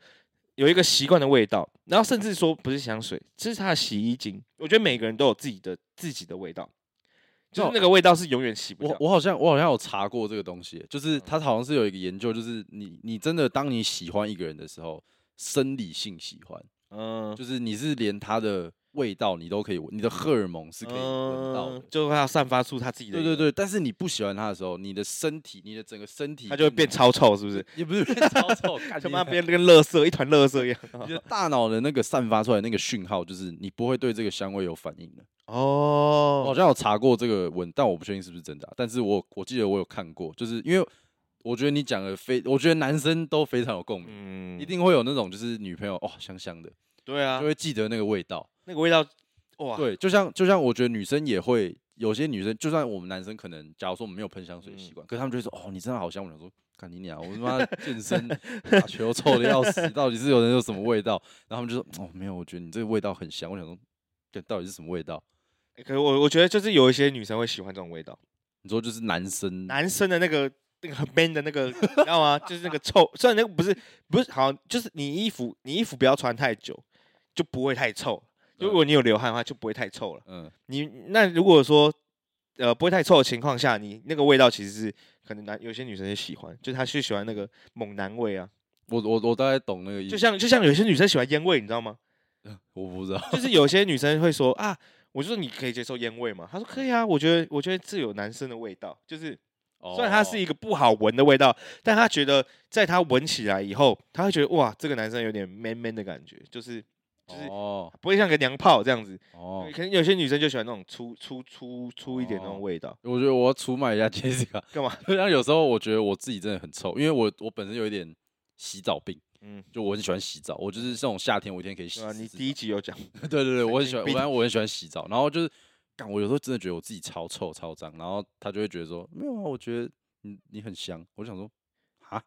有一个习惯的味道，然后甚至说不是香水，这是它的洗衣精。我觉得每个人都有自己的自己的味道，就是那那个味道是永远洗不哦掉。我我好像我好像有查过这个东西，就是它好像是有一个研究，就是你你真的当你喜欢一个人的时候，生理性喜欢，嗯，就是你是连他的味道你都可以闻，你的荷尔蒙是可以闻到的。嗯就它散发出它自己的，对对，对，但是你不喜欢他的时候，你的身体，你的整个身体，它就会变，超臭，是不是？也不是变超 *laughs* 臭，干他你妈的变得跟垃圾一团垃圾一 *laughs* 样。你的大脑的那个散发出来的那个讯号，就是你不会对这个香味有反应的。我好哦，像有查过这个文，但我不确定是不是真的啊、但是我我记得我有看过，就是因为我觉得你讲的非，我觉得男生都非常有共鸣，嗯一定会有那种就是女朋友哦香香的，对啊就，会记得那个味道。那个味道，哇，对，就像就像我觉得女生也会，有些女生就算我们男生可能，假如说我们没有喷香水的习嗯惯，可是他们就会说哦你真的好香，我想说。干你娘！我他 *laughs* 妈健身打球臭的要死，到底是有人有什么味道？然后他们就说：“哦，没有，我觉得你这个味道很香。”我想说，这到底是什么味道？可我我觉得就是有一些女生会喜欢这种味道。你说就是男生男生的那个那个很 man 的那个，你知道吗？就是那个臭，虽然那个不是不是，好像就是你衣服你衣服不要穿太久，就不会太臭。嗯如果你有流汗的话，就不会太臭了。嗯，你那如果说呃不会太臭的情况下，你那个味道其实是可能男有些女生也喜欢，就是她是喜欢那个猛男味啊，我我我大概懂那个意思，就像就像有些女生喜欢烟味，你知道吗？我不知道，就是有些女生会说啊，我就说你可以接受烟味吗？她说可以啊，我觉得我觉得这有男生的味道，就是。哦虽然它是一一个不好闻的味道，但他觉得在他闻起来以后，他会觉得哇，这个男生有点 man man 的感觉，就是就是哦不会像个娘炮这样子。哦，可能有些女生就喜欢那种粗粗粗粗一点那种哦味道，我觉得我要出卖一下 *laughs* Jessica，干嘛？就像有时候我觉得我自己真的很臭，因为我我本身有一点洗澡病，嗯，就我很喜欢洗澡，我就是这种夏天我一天可以洗对啊，你四次第一澡集有讲，对 *laughs* 对对，我很喜神欢，我经反正我很喜欢洗澡，然后就是干，我有时候真的觉得我自己超臭超脏，然后他就会觉得说没有啊，我觉得你你很香，我就想说啊，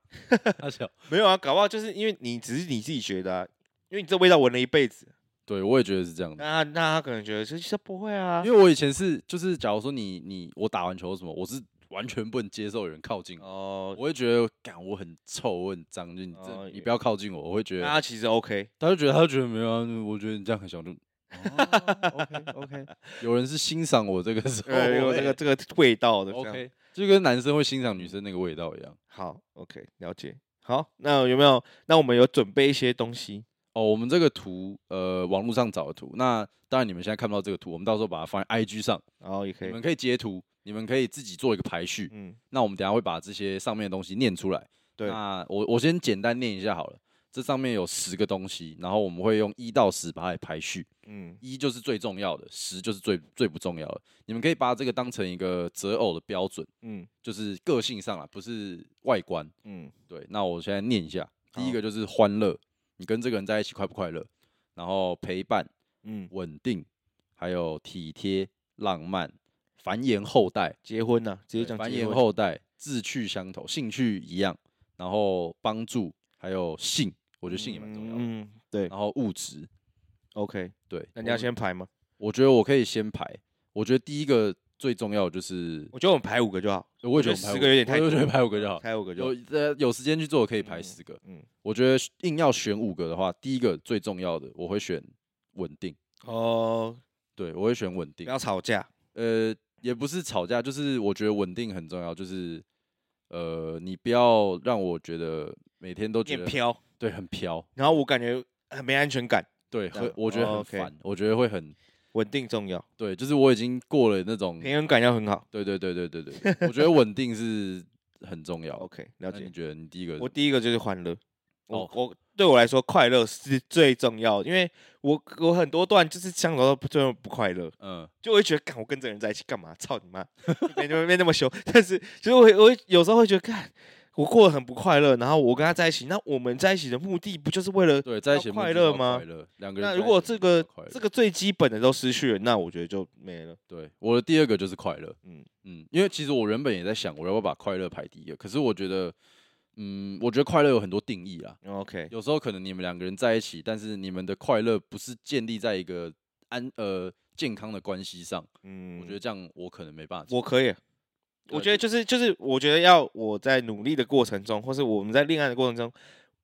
他小，没有啊？搞不好就是因为你只是你自己觉得、啊，因为你这味道闻了一辈子，对我也觉得是这样的。那他那他可能觉得这这不会啊因，为我以前是，就是假如说你你我打完球什么，我是完全不能接受有人靠近我，哦，我会觉得干我很臭，我很脏，就你这、哦啊你不要靠近我，我会觉那得，他其实 OK，他就觉得他就觉得没有、啊，我觉得你这样很小哦就。OK OK，有人是欣赏我这个 *laughs* 时候，呃，有这个这个味道的这样 OK，就跟男生会欣赏女生那个味道一样。好，OK，了解。好，那有没有？那我们有准备一些东西，哦，我们这个图，呃，网络上找的图，那当然你们现在看不到这个图，我们到时候把它放在 IG 上，然后也可你们以，可以截图，你们可以自己做一个排序，嗯，那我们等一下会把这些上面的东西念出来。对那我我先简单念一下好了。这上面有十个东西，然后我们会用一到十把它来排序，嗯，一就是最重要的，十就是最最不重要的。你们可以把这个当成一个择偶的标准，嗯，就是个性上啦，不是外观。嗯，对，那我现在念一下，第好一个就是欢乐，你跟这个人在一起快不快乐，然后陪伴、嗯，稳定，还有体贴、浪漫、繁衍后代，结婚呐、直接对讲繁结衍婚，后代，志趣相投，兴趣一样，然后帮助，还有性，我我觉得性也蛮重要的。嗯，嗯对然后物质， ，OK，对，那你要我，先排吗？我觉得我可以先排。我觉得第一个最重要的就是，我觉得我们排五个就好，我也觉觉得得我们排十五个有点太我多觉得了排五个就好。排五个就有好，呃有时间去做，可以排嗯十个。嗯，我觉得硬要选五个的话，第一个最重要的，我会选稳定。哦，对，我会选稳不定。要吵架，呃，也不是吵架，就是我觉得稳定很重要，就是呃，你不要让我觉得每天都有觉点得飘，对很飘，然后我感觉很没安全感，对，这样很我觉得哦很，OK 烦，我觉得会很稳定重要，对，就是我已经过了那种，平衡感要很好对对对对 *laughs* 对对，我觉得稳定是很重要。 ，OK，了那解你。觉得你第一个是什我么？第一个就是欢乐。我、哦我对我来说，快乐是最重要的，因为我我很多段就是相处到最后不快乐，嗯，就我会觉得，干我跟这个人在一起干嘛？操 *laughs* 你妈！没没没那么凶，但是就是我会我会有时候会觉得，干我过得很不快乐，然后我跟他在一起，那我们在一起的目的不就是为了？对，在一要起的目快的乐要吗快乐，两个人那在如一果起这的目的个要快乐这个最基本的都失去了，那我觉得就没了。对我的第二个就是快乐，嗯嗯嗯，因为其实我原本也在想，我要不要把快乐排第一个，可是我觉得嗯，我觉得快乐有很多定义啊。 OK，有时候可能你们两个人在一起，但是你们的快乐不是建立在一个安呃健康的关系上，嗯，我觉得这样我可能没办法。我可以。对我觉得就是就是，我觉得要我在努力的过程中，或是我们在恋爱的过程中，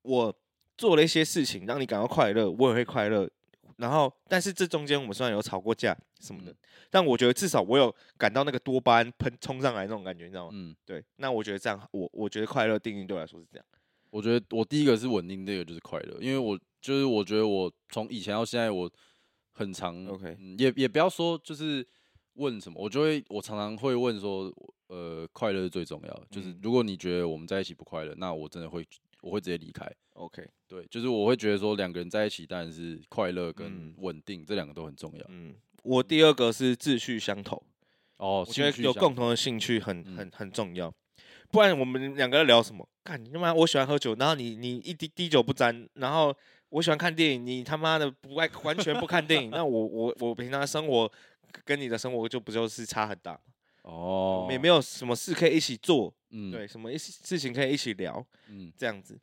我做了一些事情让你感到快乐，我也会快乐。然后，但是这中间我们虽然有吵过架什么的，嗯但我觉得至少我有感到那个多巴胺喷冲上来那种感觉，你知道吗？嗯，对，那我觉得这样，我我觉得快乐定义对我来说是这样。我觉得我第一个是稳定，第二个就是快乐，因为我就是我觉得我从以前到现在我很常 OK 嗯也也不要说就是问什么，我就会我常常会问说，呃，快乐是最重要的，就是嗯如果你觉得我们在一起不快乐，那我真的会我会直接离开。 OK，对，就是我会觉得说两个人在一起，当然是快乐跟嗯稳定、这两个都很重要。嗯，我第二个是志趣相投，哦，我觉得兴趣有相共同的兴趣很嗯很很重要，不然我们两个在聊什么？看你他妈我喜欢喝酒，然后你你一滴滴酒不沾，然后我喜欢看电影，你他妈的不爱完全不看电影，那我我我平常生活跟你的生活就不就是差很大吗，哦，我们也没有什么事可以一起做，嗯，对，什么一起事情可以一起聊嗯，这样子。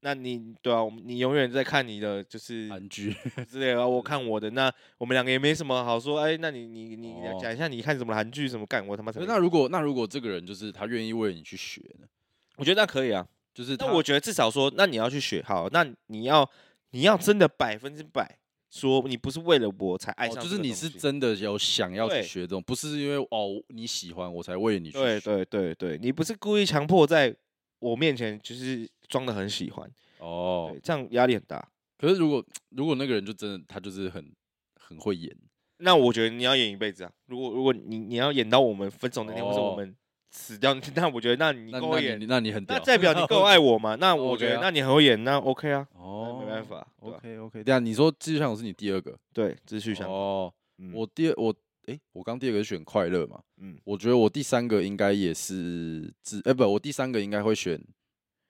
那你对啊，我们你永远在看你的就是安 *laughs* 居 *laughs* 之类的，然啊后我看我的，那我们两个也没什么好说。哎，那你你你哦讲一下你看什么韩剧什么干，我他妈才没那如果那如果这个人就是他愿意为你去学呢，我觉得那可以啊。就是他那我觉得至少说，那你要去学好，那你要你要真的百分之百说你不是为了我才爱哦上、就是你是。真的有想要去对学这种，不是因为哦你喜欢我才为你去对学。对对对，你不是故意强迫在我面前就是装的很喜欢，哦对，，这样压力很大。可是如果如果那个人就真的他就是很很会演，那我觉得你要演一辈子啊！如果如果你你要演到我们分手那天，或者哦我们死掉， *laughs* 那我觉得那你那够那演你，那你很那屌。代表你 *laughs* 够爱我嘛？那哦我，OK 觉得啊那你很会演，那 OK 啊，哦那，没办。法，对吧 OK OK，对啊，你说志向是你第二个对，只是去想，哦，嗯我第二我诶，我刚第二个是选快乐嘛，嗯我觉得我第三个应该也是自，哎、不，我第三个应该会选嗯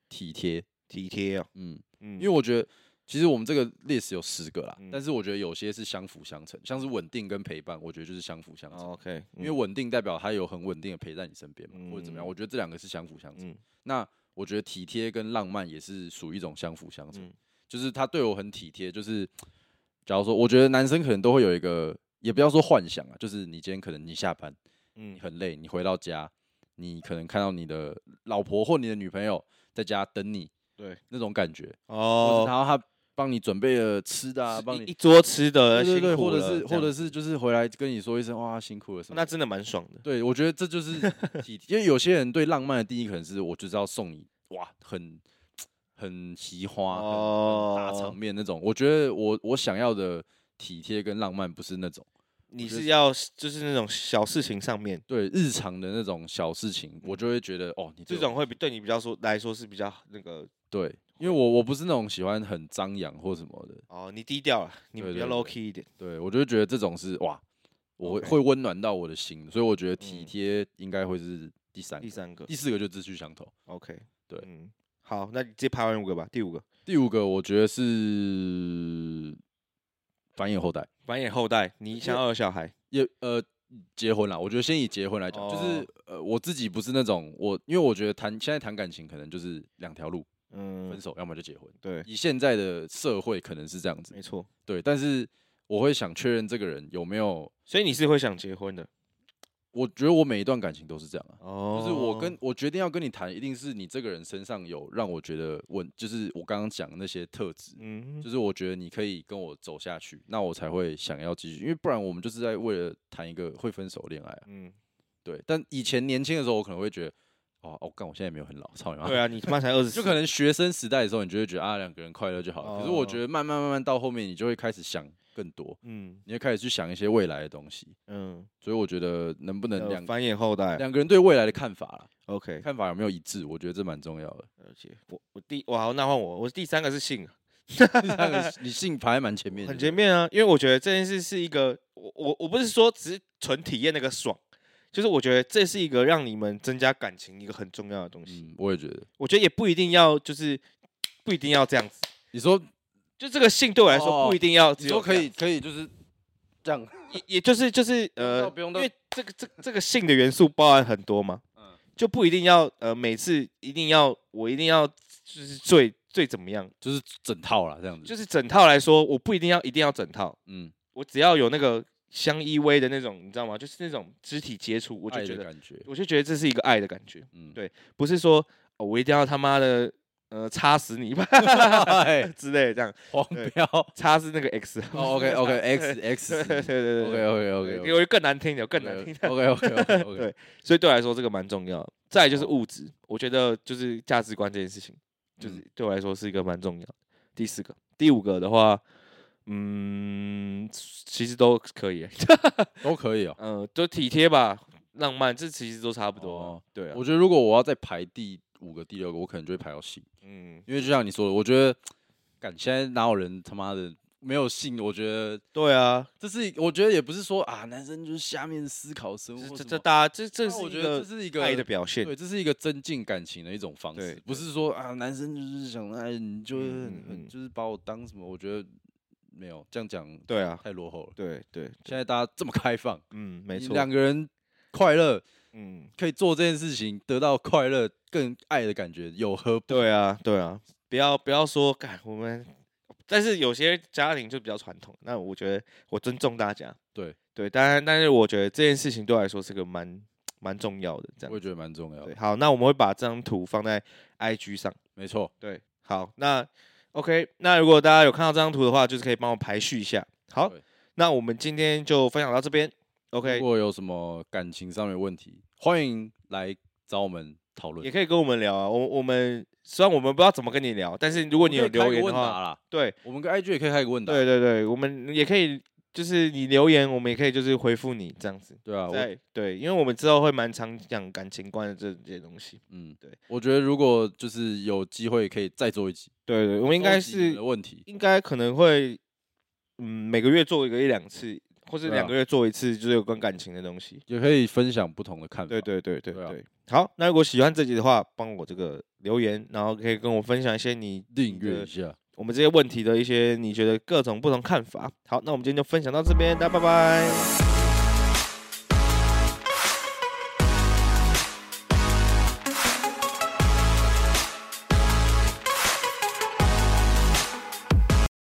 体贴，体贴啊，嗯，嗯，因为我觉得其实我们这个 list 有十个啦，嗯但是我觉得有些是相辅相成，像是稳定跟陪伴，我觉得就是相辅相成，哦 OK，因为嗯稳定代表他有很稳定的陪在你身边嘛，或者怎么样，嗯我觉得这两个是相辅相成。嗯那我觉得体贴跟浪漫也是属于一种相辅相成，嗯就是他对我很体贴，就是假如说，我觉得男生可能都会有一个，也不要说幻想啊，就是你今天可能你下班。你嗯很累，你回到家，你可能看到你的老婆或你的女朋友在家等你，对那种感觉，或是哦，然后他帮你准备了吃的啊，是帮一你一桌吃的，对对对，辛苦或者了是这或者样是就是回来跟你说一声哇辛苦了什么那的。真的蛮爽的，对，我觉得这就是体，因为有些人对浪漫的定义可能是我就是要送你哇很很奇花、很很大哦场面那种。我觉得我我想要的体贴跟浪漫不是那种。你觉得是要就是那种小事情上面，对日常的那种小事情，我就会觉得哦，你对这我种会比对你比较说来说是比较那个对，因为我我不是那种喜欢很张扬或什么的，哦，你低调了，你对比较对 low 对 key 一点，对我就会觉得这种是哇，我会 OK 会温暖到我的心，所以我觉得体嗯贴应该会是第三个，第三个第四个就志趣相投， OK，对嗯，好，那你直接排完五个吧，第五个第五个我觉得是繁衍后代，繁衍后代，你想要有小孩，也呃结婚啦，我觉得先以结婚来讲，就是哦呃我自己不是那种我，因为我觉得谈现在谈感情可能就是两条路，分嗯，手要么就结婚，对，以现在的社会可能是这样子，没错，对，但是我会想确认这个人有没有。所以你是会想结婚的我觉得我每一段感情都是这样啊，哦就是我跟我决定要跟你谈，一定是你这个人身上有让我觉得稳，就是我刚刚讲的那些特质，嗯就是我觉得你可以跟我走下去，那我才会想要继续，因为不然我们就是在为了谈一个会分手的恋爱啊。嗯，对，但以前年轻的时候，我可能会觉得，哦，哦，干，我现在也没有很老，操你妈！对啊，你他妈才二十，就可能学生时代的时候，你就会觉得啊，两个人快乐就好了。可是我哦觉得慢慢慢慢到后面，你就会开始想更多，嗯你会开始去想一些未来的东西。嗯，所以我觉得能不能呃两繁衍后代两个人对未来的看法啦， ，OK，看法有没有一致，我觉得这蛮重要的。 *laughs* 了解。我我第我好，那换我，我第三个是性，啊那个你信排还蛮前面的，很前面啊，因为我觉得这件事是一个，我我我不是说只是纯体验那个爽，就是我觉得这是一个让你们增加感情一个很重要的东对不西。对。嗯，我也觉得。我觉得也不一定要就是不一定要这样子，你说就这个性对我来说哦不一定要你只有说可这以可以就是这样，样，也也就是就是用到呃，不用因到为这个这个这个性的元素包含很多嘛，嗯就不一定要呃每次一定要我一定要就是最最怎么样，就是整套啦，这样子。就是整套来说，我不一定要一定要整套，嗯，我只要有那个相依偎的那种，你知道吗？就是那种肢体接触，我我就觉得感觉，我就觉得这是一个爱的感觉，嗯，对不是说、哦、我一定要他妈的呃插死你 *laughs* 吧 *laughs* 哎之类的这样，黄对标。插是那个 X， *laughs* 哦，OK OK X X 对对对 OK 对对 OK OK 因为更难听的，更难听的。 OK *laughs* OK OK 对所以对我来说这个蛮重要的。再来就是哦物质，我觉得就是价值观这件事情，就是嗯对我来说是一个蛮重要的。第四个、第五个的话，嗯，其实都可以，都可以哦。嗯，都体贴吧，浪漫，这其实都差不多啊。哦对啊我，觉得如果我要再排第五个、第六个，我可能就会排到性，嗯，因为就像你说的，我觉得，感现在哪有人他妈的没有性？我觉得对啊，这是我觉得也不是说啊，男生就是下面思考生活这什么，这这大家这这但是我一觉个得这是一个爱的表现，对，这是一个增进感情的一种方对式，不对是说啊，男生就是想哎，你就是嗯很嗯嗯就是把我当什么？我觉得没有这样讲对啊，太落后了。对对，现在大家这么开放，嗯，没你错，两个人快乐嗯，可以做这件事情，得到快乐更爱的感觉，有何不对啊，对啊，不要不要说干我们，但是有些家庭就比较传统，那我觉得我尊重大家。对对，当然，但是我觉得这件事情对我来说是个蛮蛮重要的，这我也样。觉得蛮重要对，的。好，那我们会把这张图放在 IG 上。没错，对，好，那 OK，那如果大家有看到这张图的话，就是可以帮我排序一下。好对，那我们今天就分享到这边。OK，如果有什么感情上面的问题，欢迎来找我们讨论也。可以跟我们聊啊。我我们虽然我们不知道怎么跟你聊，但是如果你有留言的问话，答啦，对我们跟 IG 也可以开个问答。对对对，我们也可以就是你留言，我们也可以就是回复你这样子。对啊，我对对，因为我们之后会蛮常讲感情观的这这些东西。嗯，对，我觉得如果就是有机会可以再做一集，对对，我们应收该集你们是的问题，应该可能会，嗯，每个月做一个一两次，或是对两啊个月做一次，就是有关感情的东西。也可以分享不同的看法。对对对对对啊对。好，那如果喜欢这集的话，帮我这个留言，然后可以跟我分享一些你订你阅的一下，我们这些问题的一些你觉得各种不同看法。好，那我们今天就分享到这边，大家拜拜。